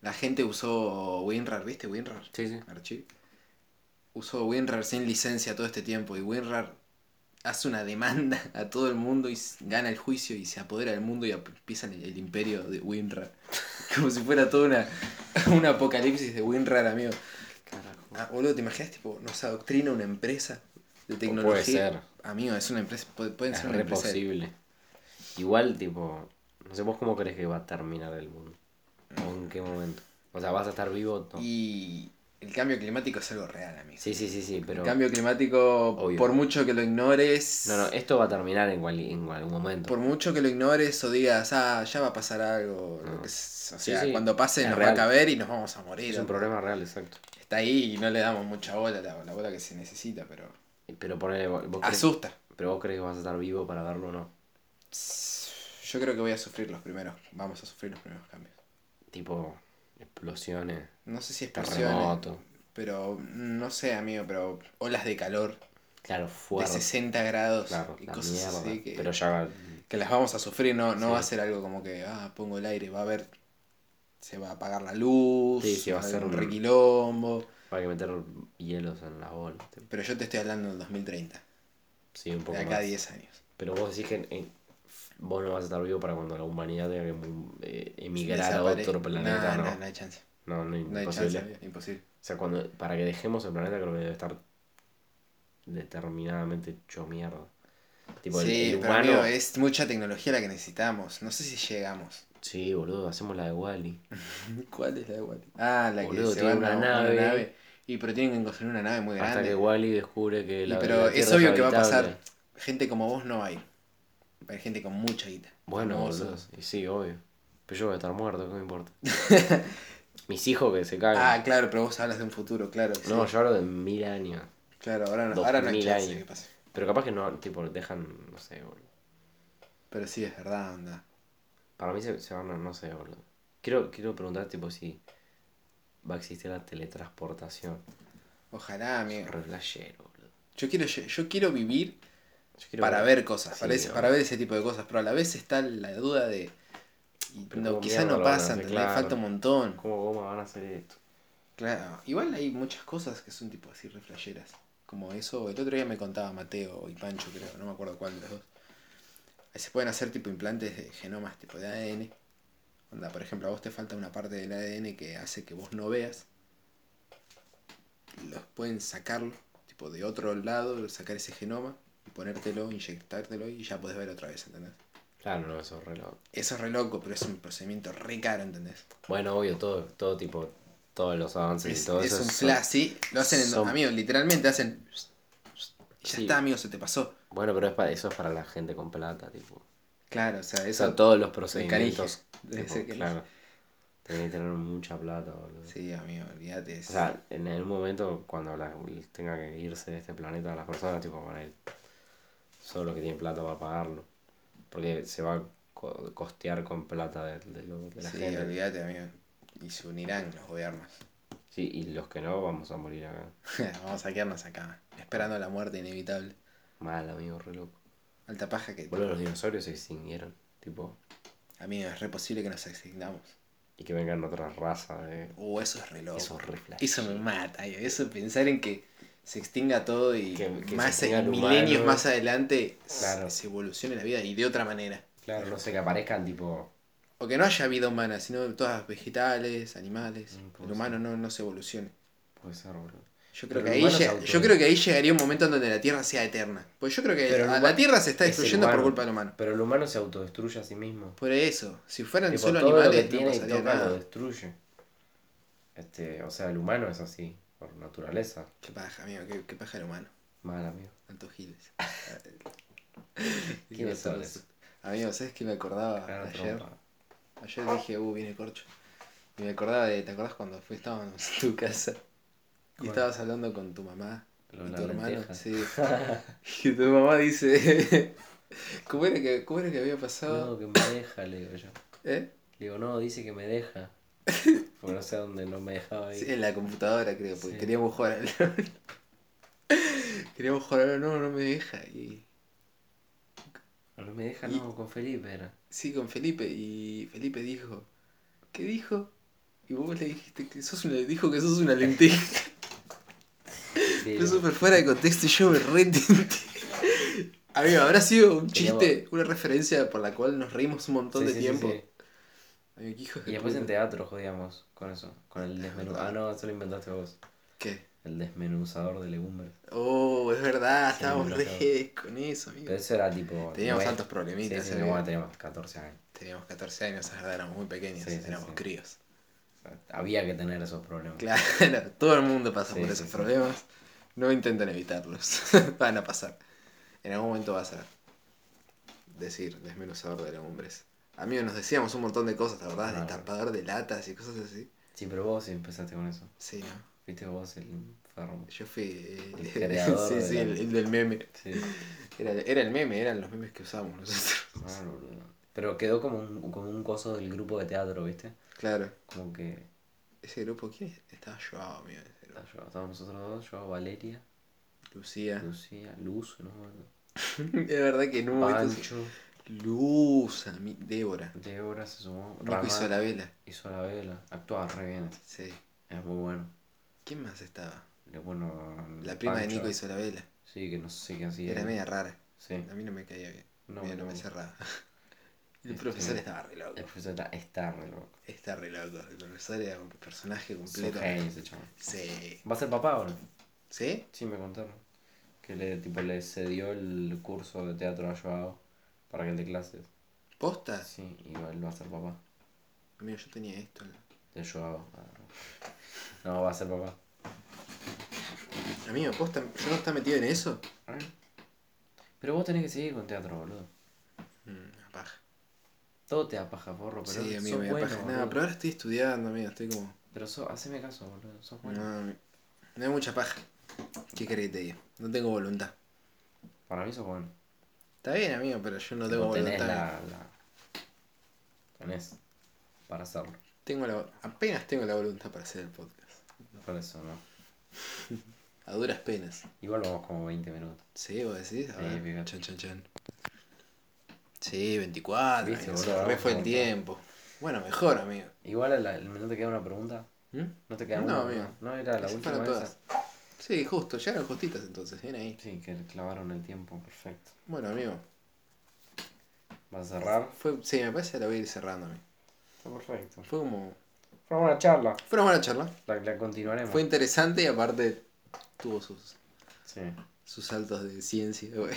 [SPEAKER 1] la gente usó WinRAR, ¿viste? WinRAR.
[SPEAKER 2] Sí, sí.
[SPEAKER 1] Archie. Usó WinRAR sin licencia todo este tiempo y WinRAR hace una demanda a todo el mundo y s- gana el juicio y se apodera del mundo y ap- empieza el, el imperio de WinRAR. Como si fuera toda una, un apocalipsis de WinRAR, amigo.
[SPEAKER 2] Carajo.
[SPEAKER 1] Ah, boludo, ¿te imaginas? Tipo, nos adoctrina una empresa de tecnología.
[SPEAKER 2] Puede ser.
[SPEAKER 1] Amigo, es una empresa, pu- pueden
[SPEAKER 2] Es
[SPEAKER 1] ser una
[SPEAKER 2] re
[SPEAKER 1] empresa. de-
[SPEAKER 2] posible. Igual, tipo, no sé, vos cómo crees que va a terminar el mundo. ¿O en qué momento? O sea, ¿vas a estar vivo? o No.
[SPEAKER 1] Y el cambio climático es algo real, amigo.
[SPEAKER 2] Sí, sí, sí, sí, pero.
[SPEAKER 1] El cambio climático,
[SPEAKER 2] Obvio.
[SPEAKER 1] por mucho que lo ignores,
[SPEAKER 2] No, no, esto va a terminar en, cual- en algún momento.
[SPEAKER 1] por mucho que lo ignores o digas, ah, ya va a pasar algo, lo
[SPEAKER 2] No.
[SPEAKER 1] que s- o
[SPEAKER 2] Ah. Sí,
[SPEAKER 1] sea,
[SPEAKER 2] sí,
[SPEAKER 1] cuando pase
[SPEAKER 2] es
[SPEAKER 1] nos va a
[SPEAKER 2] real.
[SPEAKER 1] caber y nos vamos a morir.
[SPEAKER 2] Es un
[SPEAKER 1] amigo.
[SPEAKER 2] problema real, exacto.
[SPEAKER 1] Está ahí y no le damos mucha bola, la, la bola que se necesita, pero
[SPEAKER 2] Pero ponele, vos vos crees,
[SPEAKER 1] asusta.
[SPEAKER 2] pero vos crees que vas a estar vivo para verlo o no.
[SPEAKER 1] Yo creo que voy a sufrir los primeros, vamos a sufrir los primeros cambios.
[SPEAKER 2] Tipo, explosiones,
[SPEAKER 1] No sé si explosiones,
[SPEAKER 2] terremotos,
[SPEAKER 1] Pero mm, no sé, amigo, pero olas de calor
[SPEAKER 2] claro, fuerte.
[SPEAKER 1] de 60 grados
[SPEAKER 2] Claro,
[SPEAKER 1] y
[SPEAKER 2] la
[SPEAKER 1] cosas
[SPEAKER 2] mierda.
[SPEAKER 1] así que,
[SPEAKER 2] Pero ya va-
[SPEAKER 1] que las vamos a sufrir, no, no
[SPEAKER 2] Sí.
[SPEAKER 1] va a ser algo como que, ah, pongo el aire, va a haber, se va a apagar la luz,
[SPEAKER 2] Sí, sí, va a
[SPEAKER 1] haber
[SPEAKER 2] ser
[SPEAKER 1] un
[SPEAKER 2] un-
[SPEAKER 1] requilombo,
[SPEAKER 2] va a que meter hielos en la bola. tipo.
[SPEAKER 1] pero yo te estoy hablando del 2030,
[SPEAKER 2] Sí, un poco
[SPEAKER 1] de acá
[SPEAKER 2] más.
[SPEAKER 1] a 10 años.
[SPEAKER 2] Pero vos decís que en- en- vos no vas a estar vivo para cuando la humanidad tenga que mu- eh, emigrar a
[SPEAKER 1] Desapare-
[SPEAKER 2] otro planeta.
[SPEAKER 1] No,
[SPEAKER 2] No,
[SPEAKER 1] no,
[SPEAKER 2] no,
[SPEAKER 1] no hay chance,
[SPEAKER 2] no, es
[SPEAKER 1] no hay
[SPEAKER 2] imposible.
[SPEAKER 1] chance, amigo, imposible.
[SPEAKER 2] O sea, cuando, para que dejemos el planeta creo que debe estar determinadamente hecho mierda. Tipo, el-
[SPEAKER 1] sí,
[SPEAKER 2] el,
[SPEAKER 1] pero
[SPEAKER 2] humano...
[SPEAKER 1] amigo, eh. es mucha tecnología la que necesitamos, no sé si llegamos.
[SPEAKER 2] Sí, boludo, hacemos la de Wally.
[SPEAKER 1] ¿Cuál es la de Wally? Ah, la
[SPEAKER 2] Boludo,
[SPEAKER 1] que se
[SPEAKER 2] tiene
[SPEAKER 1] van
[SPEAKER 2] una
[SPEAKER 1] a una
[SPEAKER 2] nave.
[SPEAKER 1] nave. Y pero tienen que construir una nave muy grande.
[SPEAKER 2] Hasta que Wally descubre que
[SPEAKER 1] Y
[SPEAKER 2] la
[SPEAKER 1] pero
[SPEAKER 2] la Tierra
[SPEAKER 1] es obvio que va a
[SPEAKER 2] habitable.
[SPEAKER 1] pasar. Gente como vos no va a ir. Va a ir gente con mucha guita.
[SPEAKER 2] Bueno,
[SPEAKER 1] Como vos
[SPEAKER 2] boludo.
[SPEAKER 1] sos.
[SPEAKER 2] Y sí, obvio. Pero yo voy a estar muerto, ¿qué me importa? Mis hijos que se cagan.
[SPEAKER 1] Ah, claro, pero vos hablas de un futuro, claro. sí.
[SPEAKER 2] no, yo hablo de mil años.
[SPEAKER 1] Claro, ahora no,
[SPEAKER 2] dos
[SPEAKER 1] ahora no hay
[SPEAKER 2] mil
[SPEAKER 1] chance
[SPEAKER 2] años.
[SPEAKER 1] que pase.
[SPEAKER 2] Pero capaz que no, tipo, dejan, no sé, boludo.
[SPEAKER 1] Pero sí, es verdad, onda.
[SPEAKER 2] Para mí se, se van, a- no sé, boludo. Quiero, quiero preguntar, tipo, si va a existir la teletransportación.
[SPEAKER 1] Ojalá, amigo.
[SPEAKER 2] Re flashero, boludo.
[SPEAKER 1] Yo quiero, lle- yo quiero vivir
[SPEAKER 2] Yo quiero
[SPEAKER 1] para ver cosas,
[SPEAKER 2] Sí,
[SPEAKER 1] para, ese,
[SPEAKER 2] obvio.
[SPEAKER 1] para ver ese tipo de cosas, pero a la vez está la duda de. y
[SPEAKER 2] Pero
[SPEAKER 1] No,
[SPEAKER 2] cómo
[SPEAKER 1] quizás
[SPEAKER 2] mierda
[SPEAKER 1] no
[SPEAKER 2] lo van a
[SPEAKER 1] pasa,
[SPEAKER 2] hacer,
[SPEAKER 1] ¿entendés?
[SPEAKER 2] claro.
[SPEAKER 1] falta un montón.
[SPEAKER 2] ¿Cómo goma van a hacer esto?
[SPEAKER 1] Claro, igual hay muchas cosas que son tipo así reflejeras. Como eso, el otro día me contaba Mateo y Pancho, creo, no me acuerdo cuál de los dos. Se pueden hacer tipo implantes de genomas, tipo de ADN. Onda, por ejemplo, a vos te falta una parte del ADN que hace que vos no veas. Los pueden sacarlo, tipo de otro lado, sacar ese genoma y ponértelo, inyectártelo y ya podés ver otra vez, ¿entendés?
[SPEAKER 2] Claro, no, eso es re loco.
[SPEAKER 1] Eso es re loco, pero es un procedimiento re caro, ¿entendés?
[SPEAKER 2] Bueno, obvio, todo, todo tipo, todos los avances
[SPEAKER 1] es,
[SPEAKER 2] y todo
[SPEAKER 1] es
[SPEAKER 2] eso.
[SPEAKER 1] un
[SPEAKER 2] son-
[SPEAKER 1] flash, sí. Lo hacen en
[SPEAKER 2] son-
[SPEAKER 1] Amigo, literalmente hacen. Y ya
[SPEAKER 2] Sí.
[SPEAKER 1] está, amigo, se te pasó.
[SPEAKER 2] Bueno, pero es para, eso es para la gente con plata, tipo.
[SPEAKER 1] Claro, o sea,
[SPEAKER 2] O
[SPEAKER 1] eso.
[SPEAKER 2] sea, todos los procedimientos.
[SPEAKER 1] Debe
[SPEAKER 2] tipo,
[SPEAKER 1] ser que no.
[SPEAKER 2] claro. Tenés que tener mucha plata, boludo.
[SPEAKER 1] Sí, amigo, olvídate.
[SPEAKER 2] O sea, en algún momento, cuando la- tenga que irse de este planeta, las personas, tipo, van a ir. Solo los que tienen plata va a pagarlo. Porque se va a co- costear con plata de, de lo- de la
[SPEAKER 1] sí,
[SPEAKER 2] gente.
[SPEAKER 1] olvídate, amigo. Y se unirán los gobiernos.
[SPEAKER 2] Sí, y los que no, vamos a morir acá.
[SPEAKER 1] Vamos a quedarnos acá, esperando la muerte inevitable.
[SPEAKER 2] Mal, amigo, re loco.
[SPEAKER 1] Alta paja que.
[SPEAKER 2] Boludo, los dinosaurios se extinguieron, tipo.
[SPEAKER 1] Amigo, es re posible que nos asignamos.
[SPEAKER 2] Y que vengan otras razas de.
[SPEAKER 1] Uh, eso es re loco.
[SPEAKER 2] Eso es re flash.
[SPEAKER 1] Eso me mata, yo. Eso pensar en que se extinga todo y
[SPEAKER 2] Que- que se
[SPEAKER 1] más
[SPEAKER 2] extinga el
[SPEAKER 1] milenios
[SPEAKER 2] humano.
[SPEAKER 1] más adelante se-
[SPEAKER 2] Claro.
[SPEAKER 1] se evolucione la vida y de otra manera.
[SPEAKER 2] Claro, no sé, que aparezcan, tipo.
[SPEAKER 1] O que no haya vida humana, sino todas vegetales, animales.
[SPEAKER 2] Mm, puede
[SPEAKER 1] el humano no, no se evolucione.
[SPEAKER 2] Puede ser, boludo.
[SPEAKER 1] Yo
[SPEAKER 2] Pero
[SPEAKER 1] creo, que
[SPEAKER 2] el
[SPEAKER 1] ahí
[SPEAKER 2] humano se
[SPEAKER 1] llega-
[SPEAKER 2] auto-
[SPEAKER 1] yo creo que ahí llegaría un momento en donde la Tierra sea eterna. Pues yo creo que
[SPEAKER 2] Pero el
[SPEAKER 1] la-
[SPEAKER 2] huma-
[SPEAKER 1] la Tierra se está
[SPEAKER 2] es el
[SPEAKER 1] destruyendo por
[SPEAKER 2] humano.
[SPEAKER 1] culpa del humano.
[SPEAKER 2] Pero el humano se autodestruye a sí mismo.
[SPEAKER 1] Por eso, si fueran
[SPEAKER 2] Tipo,
[SPEAKER 1] solo
[SPEAKER 2] todo
[SPEAKER 1] animales,
[SPEAKER 2] lo que
[SPEAKER 1] no
[SPEAKER 2] tiene y
[SPEAKER 1] pasaría
[SPEAKER 2] toca lo
[SPEAKER 1] nada.
[SPEAKER 2] destruye. Este, o sea, el humano es así, por naturaleza.
[SPEAKER 1] Qué paja, amigo, qué, qué paja el humano.
[SPEAKER 2] Mal, amigo.
[SPEAKER 1] Tantos giles. Eh,
[SPEAKER 2] ¿Quiénes son esos?
[SPEAKER 1] Amigo, ¿sabes qué me acordaba
[SPEAKER 2] Cagar
[SPEAKER 1] Ah, ayer?
[SPEAKER 2] trompa.
[SPEAKER 1] Ayer dije, uh, viene corcho. Y me acordaba de, ¿te acordás cuando fui, estábamos en tu casa? Y
[SPEAKER 2] ¿Cuál?
[SPEAKER 1] estabas hablando con tu mamá
[SPEAKER 2] Lo de
[SPEAKER 1] y
[SPEAKER 2] la
[SPEAKER 1] tu hermano.
[SPEAKER 2] lenteja.
[SPEAKER 1] Sí. y tu mamá dice, ¿cómo era que, cómo era que había pasado?
[SPEAKER 2] No, que me deja, le digo yo.
[SPEAKER 1] ¿Eh?
[SPEAKER 2] Le digo, no, dice que me deja. Porque no sé dónde no me dejaba ahí.
[SPEAKER 1] Sí, en la computadora creo, porque
[SPEAKER 2] Sí.
[SPEAKER 1] queríamos jugar al Queríamos jugar al no, no me deja. Y...
[SPEAKER 2] No me deja,
[SPEAKER 1] Y-
[SPEAKER 2] no, con Felipe era.
[SPEAKER 1] Sí, con Felipe. Y Felipe dijo, ¿qué dijo? Y vos le dijiste que sos una, dijo que sos una lenteja.
[SPEAKER 2] Sí,
[SPEAKER 1] Fue
[SPEAKER 2] no.
[SPEAKER 1] súper fuera de contexto y yo me re entendí. Amigo, habrá sido un chiste, una referencia por la cual nos reímos un montón
[SPEAKER 2] Sí,
[SPEAKER 1] de
[SPEAKER 2] sí, sí,
[SPEAKER 1] tiempo.
[SPEAKER 2] sí.
[SPEAKER 1] Amigo, qué hijo de
[SPEAKER 2] Y después en
[SPEAKER 1] puta.
[SPEAKER 2] teatro jodíamos con eso, con el desmenuzador. Ah, no, eso lo inventaste vos.
[SPEAKER 1] ¿Qué?
[SPEAKER 2] El desmenuzador de legumbres.
[SPEAKER 1] Oh, es verdad,
[SPEAKER 2] Sí,
[SPEAKER 1] estábamos
[SPEAKER 2] me
[SPEAKER 1] re con eso, amigo.
[SPEAKER 2] Pero eso era tipo.
[SPEAKER 1] Teníamos
[SPEAKER 2] nue-
[SPEAKER 1] altos eh. problemitas.
[SPEAKER 2] Sí, sí,
[SPEAKER 1] amigo.
[SPEAKER 2] bueno, teníamos 14 años.
[SPEAKER 1] Teníamos 14 años, es verdad, éramos muy pequeños,
[SPEAKER 2] Sí, sí,
[SPEAKER 1] éramos
[SPEAKER 2] sí.
[SPEAKER 1] críos.
[SPEAKER 2] O sea, había que tener esos problemas.
[SPEAKER 1] Claro, todo el mundo pasa
[SPEAKER 2] Sí,
[SPEAKER 1] por
[SPEAKER 2] sí,
[SPEAKER 1] esos
[SPEAKER 2] sí.
[SPEAKER 1] problemas. No intenten evitarlos. Van a pasar. En algún momento vas a decir desmenuzador de legumbres. Amigos, nos decíamos un montón de cosas, ¿te acordás?
[SPEAKER 2] Claro.
[SPEAKER 1] Destapador de latas y cosas así.
[SPEAKER 2] Sí, pero vos sí empezaste con eso.
[SPEAKER 1] Sí, ¿no?
[SPEAKER 2] Fuiste vos el enfermo.
[SPEAKER 1] Yo fui. eh,
[SPEAKER 2] El creador
[SPEAKER 1] sí,
[SPEAKER 2] de
[SPEAKER 1] sí,
[SPEAKER 2] la-
[SPEAKER 1] el, el del meme.
[SPEAKER 2] Sí,
[SPEAKER 1] Era, era el meme, eran los memes que usábamos nosotros.
[SPEAKER 2] mal, Ah, boludo. Pero quedó como un, como un coso del grupo de teatro, ¿viste?
[SPEAKER 1] Claro.
[SPEAKER 2] Como que.
[SPEAKER 1] Ese grupo, ¿quién estaba yo? amigo? ese grupo.
[SPEAKER 2] está yo- Estábamos nosotros dos, yo, Valeria,
[SPEAKER 1] Lucía.
[SPEAKER 2] Lucía, Luz, no me acuerdo.
[SPEAKER 1] es verdad que en un momento.
[SPEAKER 2] Pancho,
[SPEAKER 1] Luz, a mí, Débora.
[SPEAKER 2] Débora se sumó.
[SPEAKER 1] Nico
[SPEAKER 2] Ramán
[SPEAKER 1] hizo la vela.
[SPEAKER 2] hizo la vela. Actuaba re bien.
[SPEAKER 1] Sí.
[SPEAKER 2] Es muy bueno.
[SPEAKER 1] ¿Quién más estaba?
[SPEAKER 2] Le- Bueno,
[SPEAKER 1] La prima de
[SPEAKER 2] Pancho.
[SPEAKER 1] Nico hizo la vela.
[SPEAKER 2] Sí, que no sé qué hacía.
[SPEAKER 1] Era media rara.
[SPEAKER 2] Sí.
[SPEAKER 1] A mí no me caía bien.
[SPEAKER 2] No,
[SPEAKER 1] No, no
[SPEAKER 2] no.
[SPEAKER 1] me cerraba. El
[SPEAKER 2] Este-
[SPEAKER 1] profesor estaba re
[SPEAKER 2] El
[SPEAKER 1] loco.
[SPEAKER 2] profesor está, está re loco.
[SPEAKER 1] Está re loco. El profesor era un personaje
[SPEAKER 2] Es un
[SPEAKER 1] completo.
[SPEAKER 2] genio ese chaval.
[SPEAKER 1] Sí.
[SPEAKER 2] ¿Va a ser papá o no?
[SPEAKER 1] ¿Sí?
[SPEAKER 2] Sí, me contaron. Que le, tipo, le cedió el curso de teatro a Joao para que él dé clases.
[SPEAKER 1] ¿Posta?
[SPEAKER 2] Sí, y va- él va a ser papá.
[SPEAKER 1] Amigo, yo tenía esto.
[SPEAKER 2] De Joao. Ah, no. No, va a ser papá.
[SPEAKER 1] Amigo, ¿posta? ¿Yo no estaba metido en eso?
[SPEAKER 2] Pero vos tenés que seguir con teatro, boludo.
[SPEAKER 1] Mm, una paja.
[SPEAKER 2] Todo te da paja, forro, pero
[SPEAKER 1] Sí, amigo,
[SPEAKER 2] sos
[SPEAKER 1] me da
[SPEAKER 2] bueno,
[SPEAKER 1] paja.
[SPEAKER 2] boludo.
[SPEAKER 1] No, pero ahora estoy estudiando, amigo. Estoy como.
[SPEAKER 2] Pero sos- haceme caso, boludo. Sos bueno.
[SPEAKER 1] No, no hay mucha paja. ¿Qué querés que te diga? No tengo voluntad.
[SPEAKER 2] Para mí sos bueno.
[SPEAKER 1] Está bien, amigo, pero yo no tengo
[SPEAKER 2] Tipo, tenés
[SPEAKER 1] voluntad.
[SPEAKER 2] la, la- Tenés para hacerlo.
[SPEAKER 1] Tengo la, apenas tengo la voluntad para hacer el podcast.
[SPEAKER 2] Por eso no.
[SPEAKER 1] A duras penas.
[SPEAKER 2] Igual vamos como 20 minutos.
[SPEAKER 1] Sí, vos decís. A
[SPEAKER 2] Sí,
[SPEAKER 1] ver,
[SPEAKER 2] fíjate.
[SPEAKER 1] chan, chan, chan. Sí, 24.
[SPEAKER 2] Viste,
[SPEAKER 1] ay,
[SPEAKER 2] boludo,
[SPEAKER 1] se me
[SPEAKER 2] vamos
[SPEAKER 1] fue
[SPEAKER 2] con
[SPEAKER 1] el
[SPEAKER 2] todo.
[SPEAKER 1] tiempo. Bueno, mejor, amigo.
[SPEAKER 2] Igual a la- no te queda una pregunta.
[SPEAKER 1] ¿Mm?
[SPEAKER 2] No te queda
[SPEAKER 1] No,
[SPEAKER 2] una.
[SPEAKER 1] amigo.
[SPEAKER 2] No era la
[SPEAKER 1] Esas
[SPEAKER 2] última
[SPEAKER 1] fueron
[SPEAKER 2] esa.
[SPEAKER 1] todas. Sí, justo, ya eran justitas entonces, bien ahí.
[SPEAKER 2] Sí, que clavaron el tiempo, perfecto.
[SPEAKER 1] Bueno, amigo,
[SPEAKER 2] ¿Vas a cerrar?
[SPEAKER 1] fue, sí, me parece que la voy a ir cerrando a mí.
[SPEAKER 2] Está perfecto.
[SPEAKER 1] Fue como.
[SPEAKER 2] Fue una charla.
[SPEAKER 1] Fue una buena charla.
[SPEAKER 2] La, la continuaremos.
[SPEAKER 1] Fue interesante y aparte tuvo sus,
[SPEAKER 2] Sí.
[SPEAKER 1] sus saltos de ciencia güey.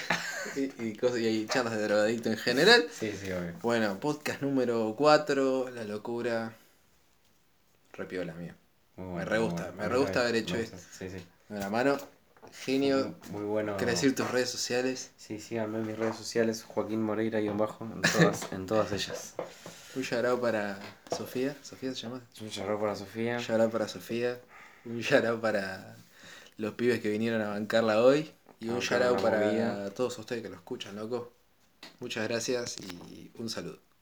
[SPEAKER 1] y, y cosas, y hay charlas de drogadicto en general.
[SPEAKER 2] Sí, sí, obvio.
[SPEAKER 1] Bueno, podcast número 4, La locura. Repiola, mío.
[SPEAKER 2] Muy
[SPEAKER 1] Me
[SPEAKER 2] bueno,
[SPEAKER 1] re
[SPEAKER 2] muy
[SPEAKER 1] gusta,
[SPEAKER 2] bueno.
[SPEAKER 1] me
[SPEAKER 2] Muy
[SPEAKER 1] re gusta
[SPEAKER 2] bueno,
[SPEAKER 1] haber hecho
[SPEAKER 2] me
[SPEAKER 1] esto.
[SPEAKER 2] gusta, Sí, sí.
[SPEAKER 1] De la mano, genio.
[SPEAKER 2] Muy bueno.
[SPEAKER 1] ¿Querés decir tus redes sociales?
[SPEAKER 2] Sí, síganme en mis redes sociales, Joaquín Moreira y en bajo, en todas, en todas ellas.
[SPEAKER 1] Un shout para Sofía. ¿Sofía se llama?
[SPEAKER 2] Un saludo para Sofía.
[SPEAKER 1] Un shout para Sofía. Un shout para los pibes que vinieron a bancarla hoy. Y un
[SPEAKER 2] Bancaron
[SPEAKER 1] shout
[SPEAKER 2] la
[SPEAKER 1] para
[SPEAKER 2] movida.
[SPEAKER 1] todos ustedes que lo escuchan, loco. Muchas gracias y un saludo.